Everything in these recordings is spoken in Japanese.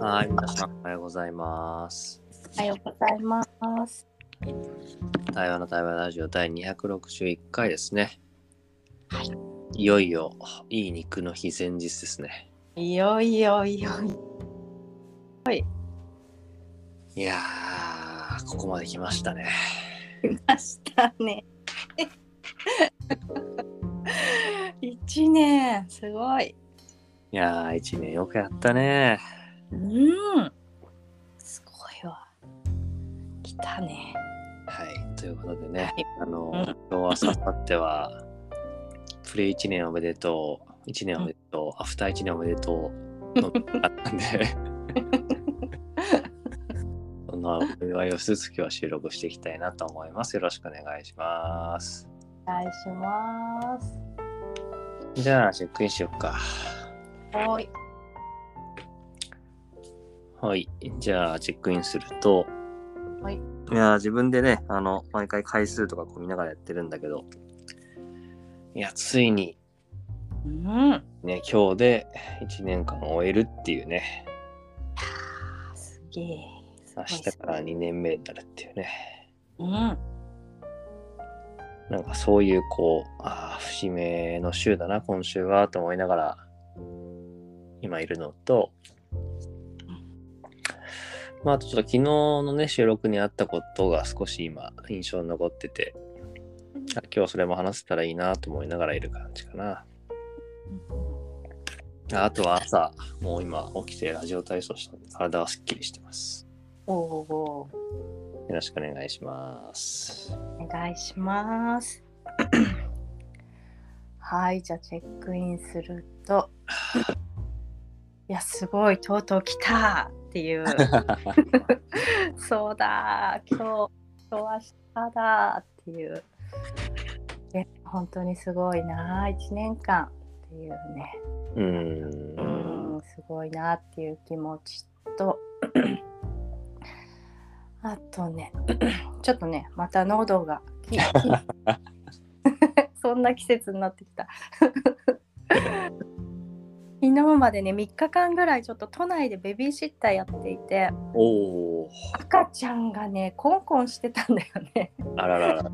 はい、皆さんおはようございます。おはようございます。台湾の台湾ラジオ第261回ですね。。はいいよいよ、いい肉の日前日ですね。いよいよいよいよ。いやー、ここまで来ましたね。ましたね。一年、すごい。いやー、一年よくやったね。うん。すごいわ。来たね。はい、ということでねはい、あの、うん今日はさっては、プレイ1年おめでとう、1年おめでとう、アフター1年おめでとうのあったん で、そのお祝いをしつつ今日は収録していきたいなと思います。よろしくお願いします。お願いします。じゃあ、チェックインしよっか。おい。はい、じゃあ、チェックインすると、はいいやー自分でね、あの、毎回回数とかこう見ながらやってるんだけど、いや、ついに、うん。ね、今日で1年間を終えるっていうね、すげえ。すご明い日から。2年目になるっていうね、うん。なんかそういうこう、ああ、節目の週だな、今週はと思いながら、今いるのと、まあ、あとちょっと昨日のね、収録にあったことが少し今、印象に残ってて、あ今日それも話せたらいいなと思いながらいる感じかな。ああとは朝、もう今起きてラジオ体操したんで、体はすっきりしてます。おお。よろしくお願いし ます。お願いします。 はい、じゃあチェックインすると。いや、すごい、とうとう来たっていう。そうだ、今日、今日明日だっていう。いや本当にすごいな、1年間っていうね。う。うんん、すごいなっていう気持ちと あとね ちょっとねまた喉が ききそんな季節になってき た昨日までね3日間ぐらいちょっと都内でベビーシッターやっていておお。赤ちゃんがねコンコンしてたんだよ ねあらららららら。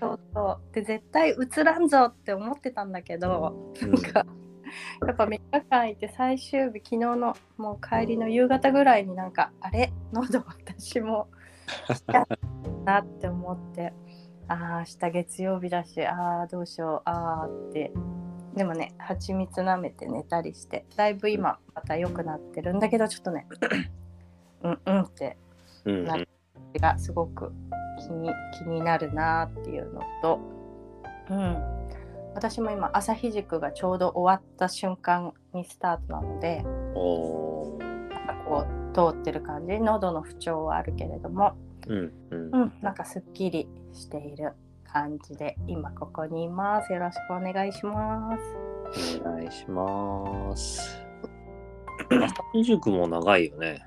そうそうで絶対うつらんぞって思ってたんだけど、なんかやっぱ3日間いて最終日昨日のもう帰りの夕方ぐらいになんかあれ喉私も来たなって思ってああ明日月曜日だしああどうしようああってでもね蜂蜜舐めて寝たりしてだいぶ今また良くなってるんだけどちょっとねうんうんってうんうん。がすごく気に気になるなっていうのと、うん、私も今朝日塾がちょうど終わった瞬間にスタートなのでおお。なんかこう通ってる感じ喉の不調はあるけれども、うんうんう。ん、なんかすっきりしている感じで今ここにいますよろしくお願いします。お願いします。朝塾も長いよね。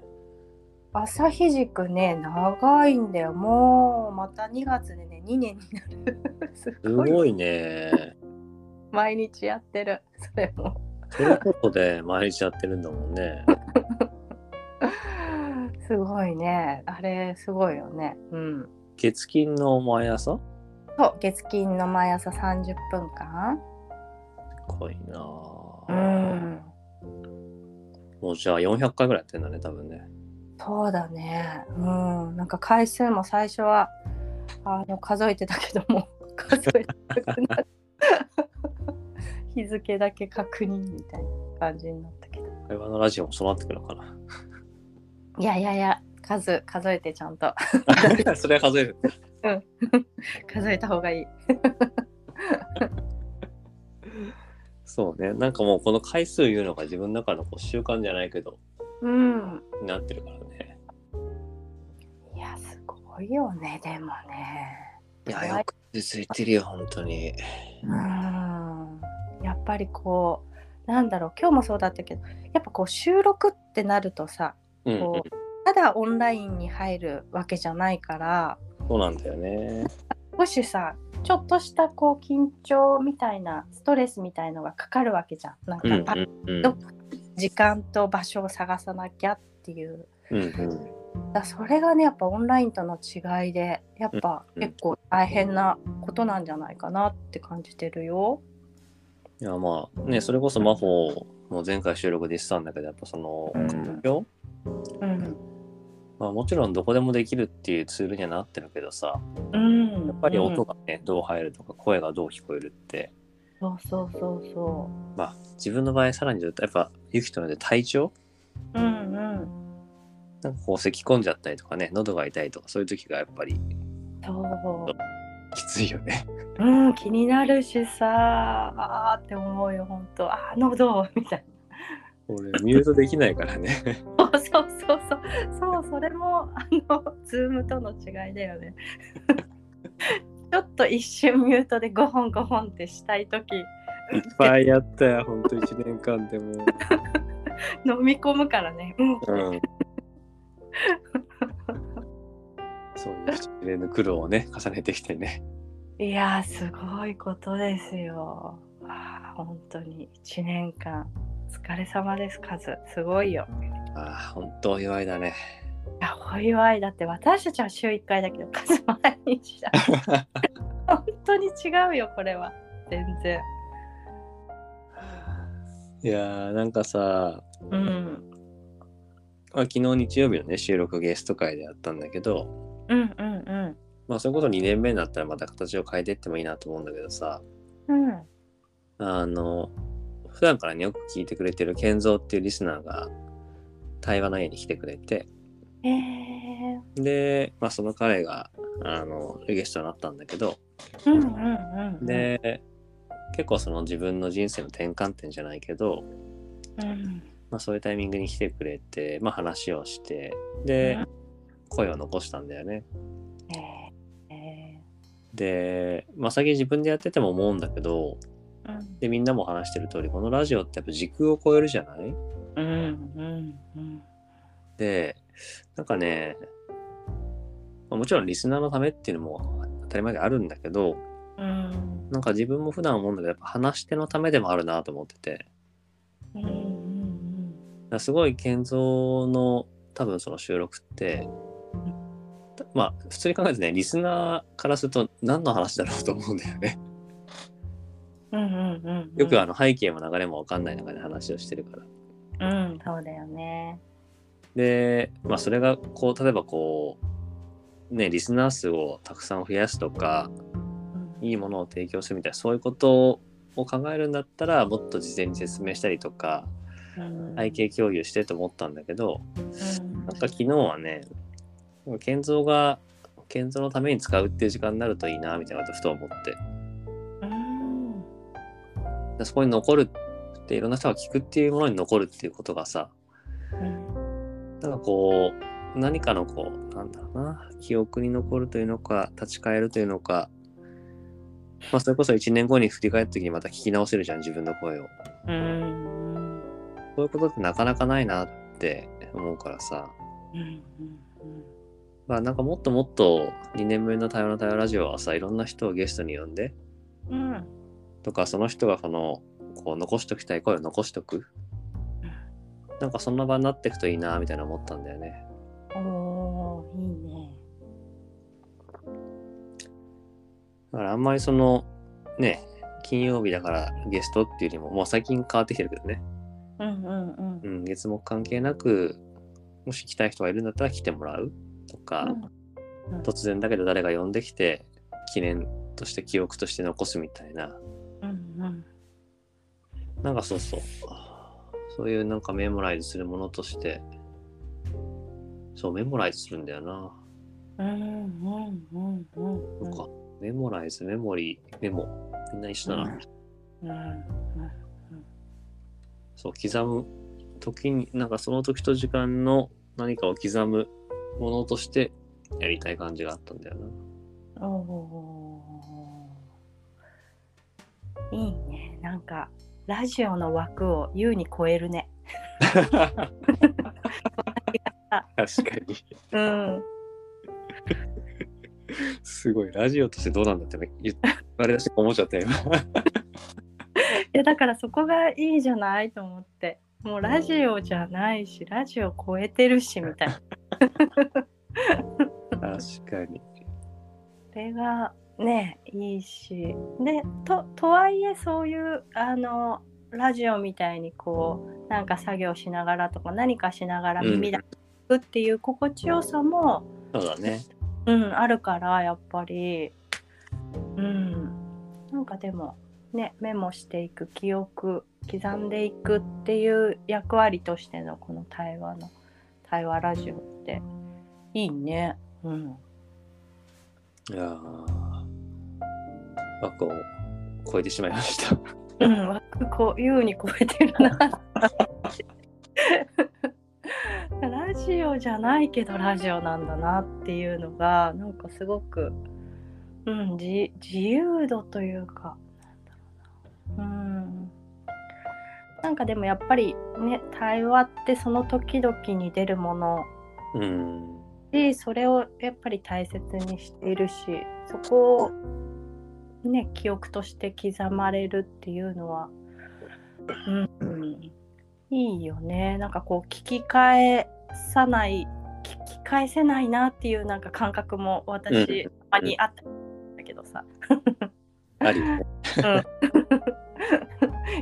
朝日塾ね長いんだよもうまた2月でね2年になる すすごいごいね。毎日やってるそれも。ということで毎日やってるんだもんね。 すごいね。あれすごいよね。うん。月金の毎朝そう月金の毎朝30分間。すごいなうぁ。ん。もうじゃあ400回ぐらいやってんだね、多分ね。そうだね。うん。なんか回数も最初はあの数えてたけども 数えてなくなっ 日付だけ確認みたいな感じになったけど。会話のラジオもそうなってくるのかいやいやいや数数えてちゃんとな。 それは数える。数えた方がいい。そうね。なんかもうこの回数言うのが自分の中のこう習慣じゃないけど、うん。なってるからね。いやすごいよねでもね。いや、はいよく続いてるよ、本当に。うんやっぱりこうなんだろう今日もそうだったけどやっぱこう収録ってなるとさうん、うんこう、ただオンラインに入るわけじゃないからそうなんだよね。もしさちょっとしたこう緊張みたいなストレスみたいのがかかるわけじゃんなんうん、うかパッん、うん。ど時間と場所を探さなきゃっっていううんうん。だそれがねやっぱオンラインとの違いでやっぱうん結構大変なことなんじゃないかなって感じてるよ。いや、まあ、ね、それこそ魔法も前回収録でしたんだけど、やっぱその、うん環境うんまあもちろんどこでもできるっていうツールにはなってるけどさ、うん、やっぱり音がね、どう入るとか、声がどう聞こえるって、そうそうそうそまあ自分の場合さらに言うと、やっぱ、ゆきとので体調う。うんうん。なんかこう咳き込んじゃったりとかね、喉が痛いとか、そういう時がやっぱりそう。きついよね。うん気になるしさあーって思うよ本当あー喉みたい俺、ミュートできないからね。な。そうそうそうそうそうそれもあのズームとの違いだよね。ちょっと一瞬ミュートで5本5本ってしたい時いっぱいやったよ、ほんと1年間でも。飲み込むからね。うんうん。そういう一連の苦労をね、重ねてきてね。いやーすごいことですよ。あー本当に1年間お疲れ様ですカズすごいよ。ああ、本当お祝いだね。いやお祝いだって私たちは週1回だけどカズ毎 日だ。本当に違うよこれは全然。いやー、なんかさ、うんまあ、昨日日曜日のね、収録ゲスト会でやったんだけど、うんうんまあ、それこそ2年目になったらまた形を変えてってもいいなと思うんだけどさ、うんあの、普段からね、よく聞いてくれてる健三っていうリスナーが、対話の家に来てくれて、うん。えで、まあ、その彼が、あの、ゲストになったんだけど、ー、うんうんうん。で、結構その自分の人生の転換点じゃないけど、うんまあ、そういうタイミングに来てくれて、まあ、話をしてでうん声を残したんだよね。えーえで、まあ、最近自分でやってても思うんだけどーうんでみんなも話してる通りこのラジオってやっぱ時空を超えるじゃないうんうんうんでなんかね、まあもちろんリスナーのためっていうのも当たり前であるんだけどうんなんか自分も普段思うんだけどやっぱ話し手のためでもあるなと思ってて。うんうんだからすごい健三の多分その収録って、まあ普通に考えてねリスナーからすると何の話だろうと思うんだよね。うんうんうんうん。よくあの背景も流れも分かんない中で話をしてるから。うん、そうだよね。でまあそれがこう例えばこうねリスナー数をたくさん増やすとかいいものを提供するみたいなそういうことを考えるんだったらもっと事前に説明したりとか背景共有してと思ったんだけどなんか昨日はね、健三が、健三のために使うっていう時間になるといいな、みたいなことふと思って。うんでそこに残るって、いろんな人が聞くっていうものに残るっていうことがさ、なんかこう、何かのこう、なんだろうな、記憶に残るというのか、立ち返るというのか、まあ、それこそ1年後に振り返った時にまた聞き直せるじゃん、自分の声を。こうんういうことってなかなかないなって思うからさ、まあ、なんかもっともっと2年目の対話の対話ラジオはさ、いろんな人をゲストに呼んで、うんとかその人がそのこう残しときたい声を残しとくなんかそんな場になっていくといいなみたいな思ったんだよねおーいいね。だからあんまりそのね金曜日だからゲストっていうよりももう最近変わってきてるけどね、うんうんうんう。ん、月目関係なくもし来たい人がいるんだったら来てもらうとか、うん突然だけど誰が呼んできて記念として記憶として残すみたいなうんうんなんかそうそう。そういうなんかメモライズするものとして、そう、メモライズするんだよな。うんうんうんなんか、メモライズ、メモリー、メモ。みんな一緒だな。うんうんそう、刻む。時に、なんかその時と時間の何かを刻むものとしてやりたい感じがあったんだよ な。おーいいねなんかラジオの枠を優に超えるね。確かに。うんすごい。ラジオとしてどうなんだってね言っ言われだして思っちゃったよ、今。いやだからそこがいいじゃないと思ってもうラジオじゃないしラジオ超えてるしみたいな確かに。それがねいいしでととはいえそういうあのラジオみたいにこうなんか作業しながらとか何かしながら耳だくっていう心地よさも、そうだね。うんあるからやっぱりうんなんかでもねメモしていく記憶刻んでいくっていう役割としてのこの対話の対話ラジオっていいね。うんいやー枠を超えてしまいました。うん、枠こう優に超えてるな。ラジオじゃないけどラジオなんだなっていうのがなんかすごく、うん、じ自由度というかなんだろうな。うんなんかでもやっぱりね対話ってその時々に出るものうん。でそれをやっぱり大切にしているしそこをね記憶として刻まれるっていうのは、うんうん、いいよねなんかこう聞き返さない聞き返せないなっていうなんか感覚も私、うたまにあったんだけどさ、ありね。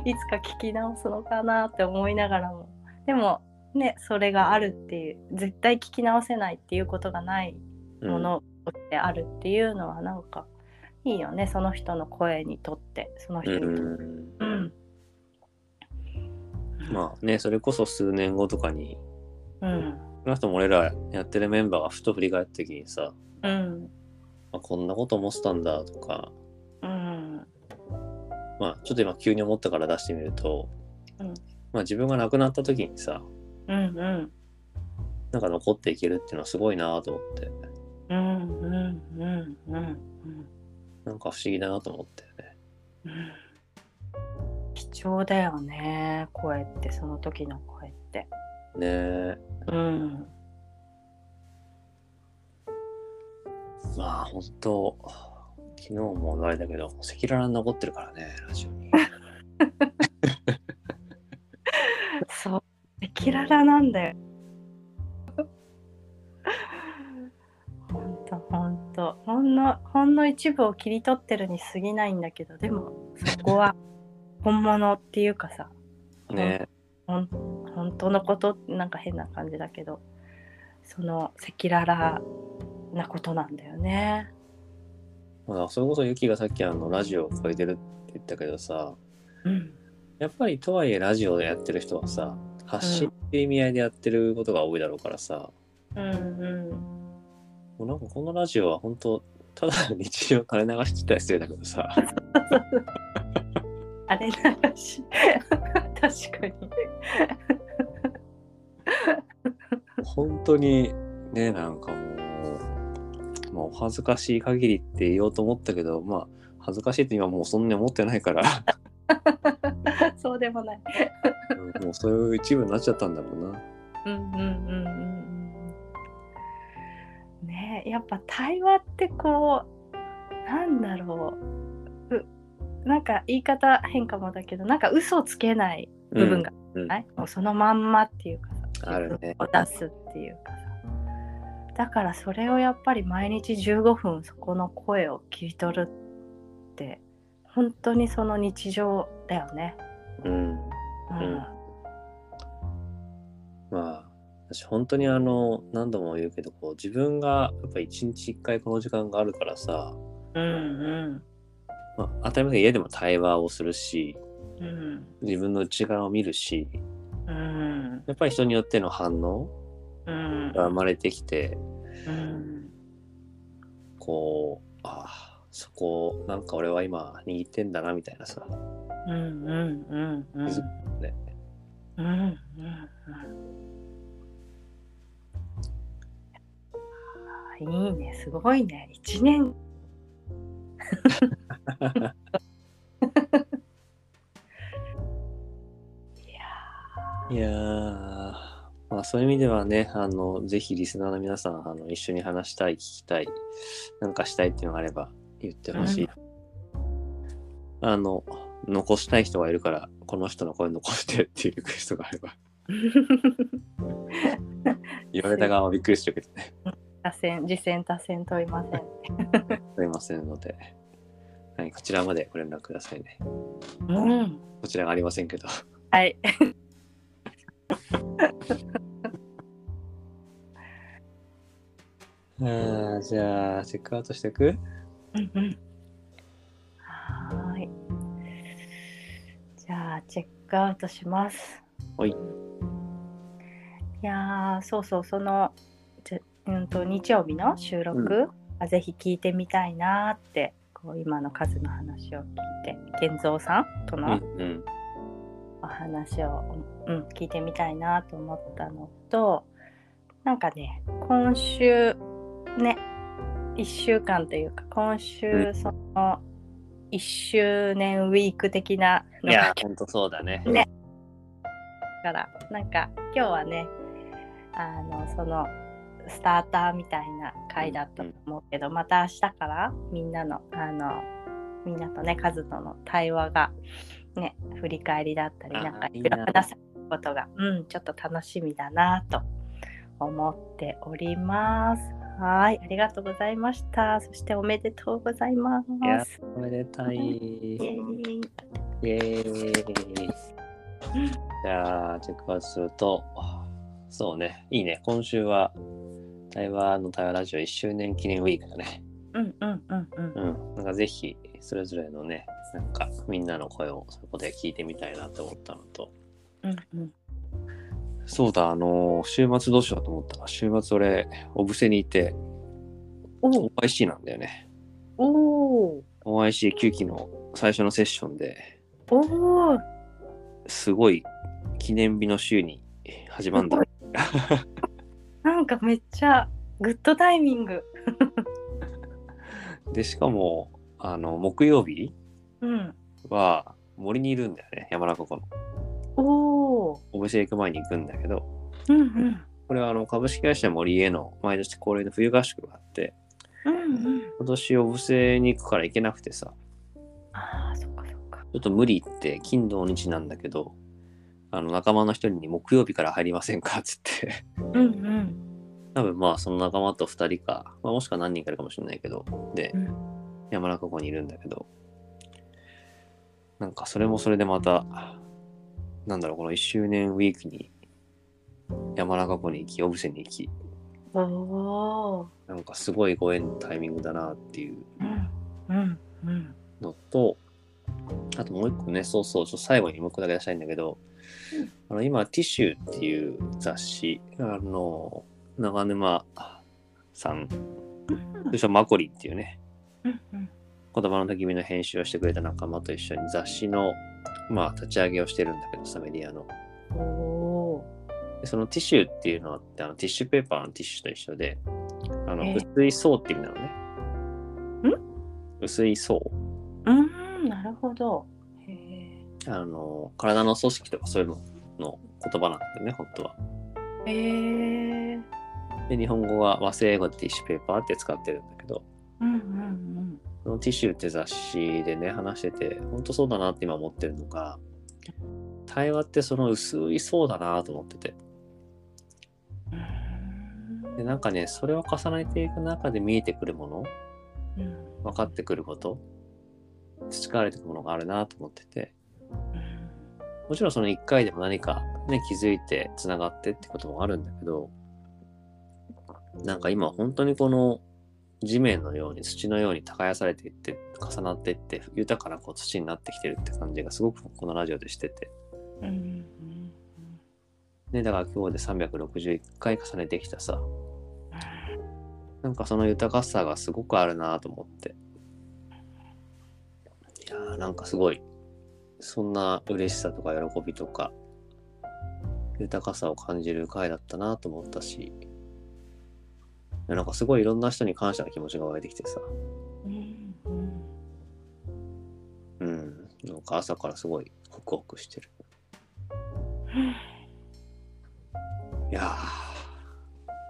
いつか聞き直すのかなって思いながらもでもねそれがあるっていう絶対聞き直せないっていう ことがないうんものとしてあるっていうのはなんかいいよねその人の声にとってその人にとって。う。うんんまあね、それこそ数年後とかに、うん少なくとも俺らやってるメンバーがふと振り返った時にさ、うんあ、こんなこと思ってたんだとか、うんまあちょっと今急に思ったから出してみると、うんまあ自分が亡くなった時にさ、うんうんなんか残っていけるっていうのはすごいなと思って、うんうんうんうんうんなんか不思議だなと思ってね。うん貴重だよね声ってその時の声って。ねえ。うんまあ本当昨日もあれだけど、赤裸々に残ってるからね、ラジオに。そう、赤裸々なんだよ。ほんとほんと、ほんの、ほんの一部を切り取ってるに過ぎないんだけど、でも、そこ は本物って いうかさ、ねほん、本当のこと、なんか変な感じだけど、その赤裸々なことなんだよね。まあ、それこそユキがさっきあのラジオを超えてるって言ったけどさうん。やっぱりとはいえラジオでやってる人はさ発信っていう意味合いでやってることが多いだろうからさ、うんうん。もうなんかこのラジオは本当ただ日常垂れ流してたりするんだけど さあれ流し、 確かに。本当にねなんかもう、まあ、お恥ずかしい限りって言おうと思ったけどまあ恥ずかしいって今もうそんなに思ってない からそうでもない。うんもうそういう一部になっちゃったんだろうな。うんうんうんうんうん。ねえやっぱ対話ってこうなんだろううなんか言い方変かもだけどなんか嘘をつけない部分がうんない、もうそのまんまっていうかさあるね自分を出すっていうかさだからそれをやっぱり毎日15分そこの声を切り取るって本当にその日常だよね。うんうんまあ私本当にあの何度も言うけどこう自分がやっぱ一日一回この時間があるからさ、うんうんまあ、当たり前だけど家でも対話をするしうんうん自分の内側を見るしうんやっぱり人によっての反応うんが生まれてきてうんこうああそこなんか俺は今握ってんだなみたいなさうんうんうんずねうんうんうんいいねすごいね一年いやいやーまあそういう意味ではねあのぜひリスナーの皆さんあの一緒に話したい聞きたいなんかしたいっていうのがあれば言ってほしい、あの残したい人がいるからこの人の声残してっていうリクエストがあれば言われた側はびっくりしてるけどね多選次戦多選問いませんすいませんので、はい、こちらまでご連絡くださいねうんこちらがありませんけどはいあーじゃあチェックアウトしていくはーいじゃあチェックアウトしますはいいやーそうそうそのじゃうんと日曜日の収録、うあぜひ聞いてみたいなーってこう今の数の話を聞いて玄三さんとうの、んうんお話を、うん、聞いてみたいなと思ったのとなんかね今週ね1週間というか今う週その1周年ウィーク的なのいやがーほんとそうだねねからなんか今日はねあのそのスターターみたいな回だったと思うけど、また明日からみんなのあのみんなとねカズとの対話がね振り返りだったりあーなんかいいいろいなろ話されることがうんちょっと楽しみだなと思っております。はい、ありがとうございました。そしておめでとうございまいやす。おめでたいイイエエーイーイじゃあチェックアウトするとそうねいいね今週は台湾の台湾ラジオ1周年記念ウィークだねうんうんうんうん。うん、なんかぜひそれぞれのねなんかみんなの声をそこで聞いてみたいなって思ったのとうんうんそうだあのー週末どうしようと思ったら週末俺お伏せにいてお OIC なんだよねおー OIC9 期の最初のセッションでおおすごい記念日の週に始まるんだす なんかめっちゃグッドタイミング。でしかもあの木曜日うん。は森にいるんだよね山中湖のおお。お店行く前に行くんだけどうんうん。これはあの株式会社森への毎年恒例の冬合宿があってうんうん。今年お布施に行くから行けなくてさああ、そっかそっか。ちょっと無理言って金土日なんだけどあの仲間の一人に木曜日から入りませんかっつってうんうん。多分まあその仲間と2人か、まあ、もしくは何人かいるかもしれないけどで、うん山中湖にいるんだけどなんかそれもそれでまたなんだろうこの1周年ウィークに山中湖に行きお布施に行きおお。なんかすごいご縁のタイミングだなっていううんうんうん。のと、あともう一個ね、そうそう、ちょっと最後にもう一個だけ出したいんだけど、うんあの今、ティッシュっていう雑誌、あの、長沼さん、通称マコリっていうね、うんうん。言葉の時見の編集をしてくれた仲間と一緒に雑誌の、まあ、立ち上げをしてるんだけどさ、メディアの。おお。でそのティッシュっていうのはあのティッシュペーパーのティッシュと一緒で、あのえー薄い層って意味なのね。薄い層。うん、なるほど。へえ。あの体の組織とかそういうのの言葉なんだよね本当は。へえ。で日本語は和製英語でティッシュペーパーって使ってるんだけどうんうんそのティッシュって雑誌でね話してて本当そうだなって今思ってるのが対話ってその薄いそうだなと思っててうん。でなんかねそれを重ねていく中で見えてくるものうん。分かってくること培われてくものがあるなと思っててもちろんその1回でも何かね、気づいて繋がってってこともあるんだけど、なんか今本当にこの地面のように土のように耕されていって重なっていって豊かなこう土になってきてるって感じがすごくこのラジオでしてて、うんうん。ね、だから今日で361回重ねてきたさ、なんかその豊かさがすごくあるなと思って。いやーなんかすごい、そんな嬉しさとか喜びとか、豊かさを感じる回だったなと思ったし、いやなんかすごいいろんな人に感謝の気持ちが湧いてきてさ、うんうん。うん、なんか朝からすごいホクホクしてる。いや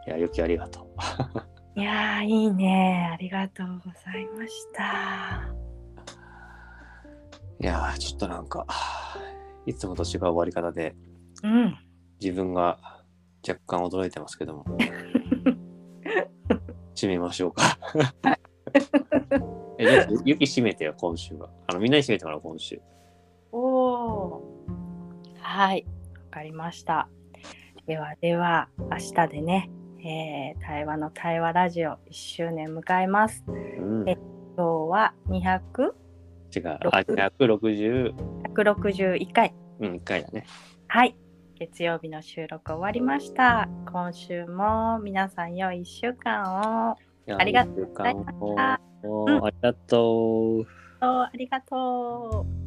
ー、いや、よきありがとう。いやーいいねありがとうございました。いやー、ちょっとなんか、いつもと違う終わり方でうん。自分が若干驚いてますけ ども締めましょうか えじゃあゆき締めてよ今週はあのみんなに締めてもらう今週おお。はい。わかりました。ではでは、明日でね、えー対話の対話ラジオ1周年迎えます。うん違えう今日あは160 261回。うん1回だねはい。月曜日の収録終わりました。今週も皆さん良い1週間を。いやありがとう一週間をあありがとうありがとう。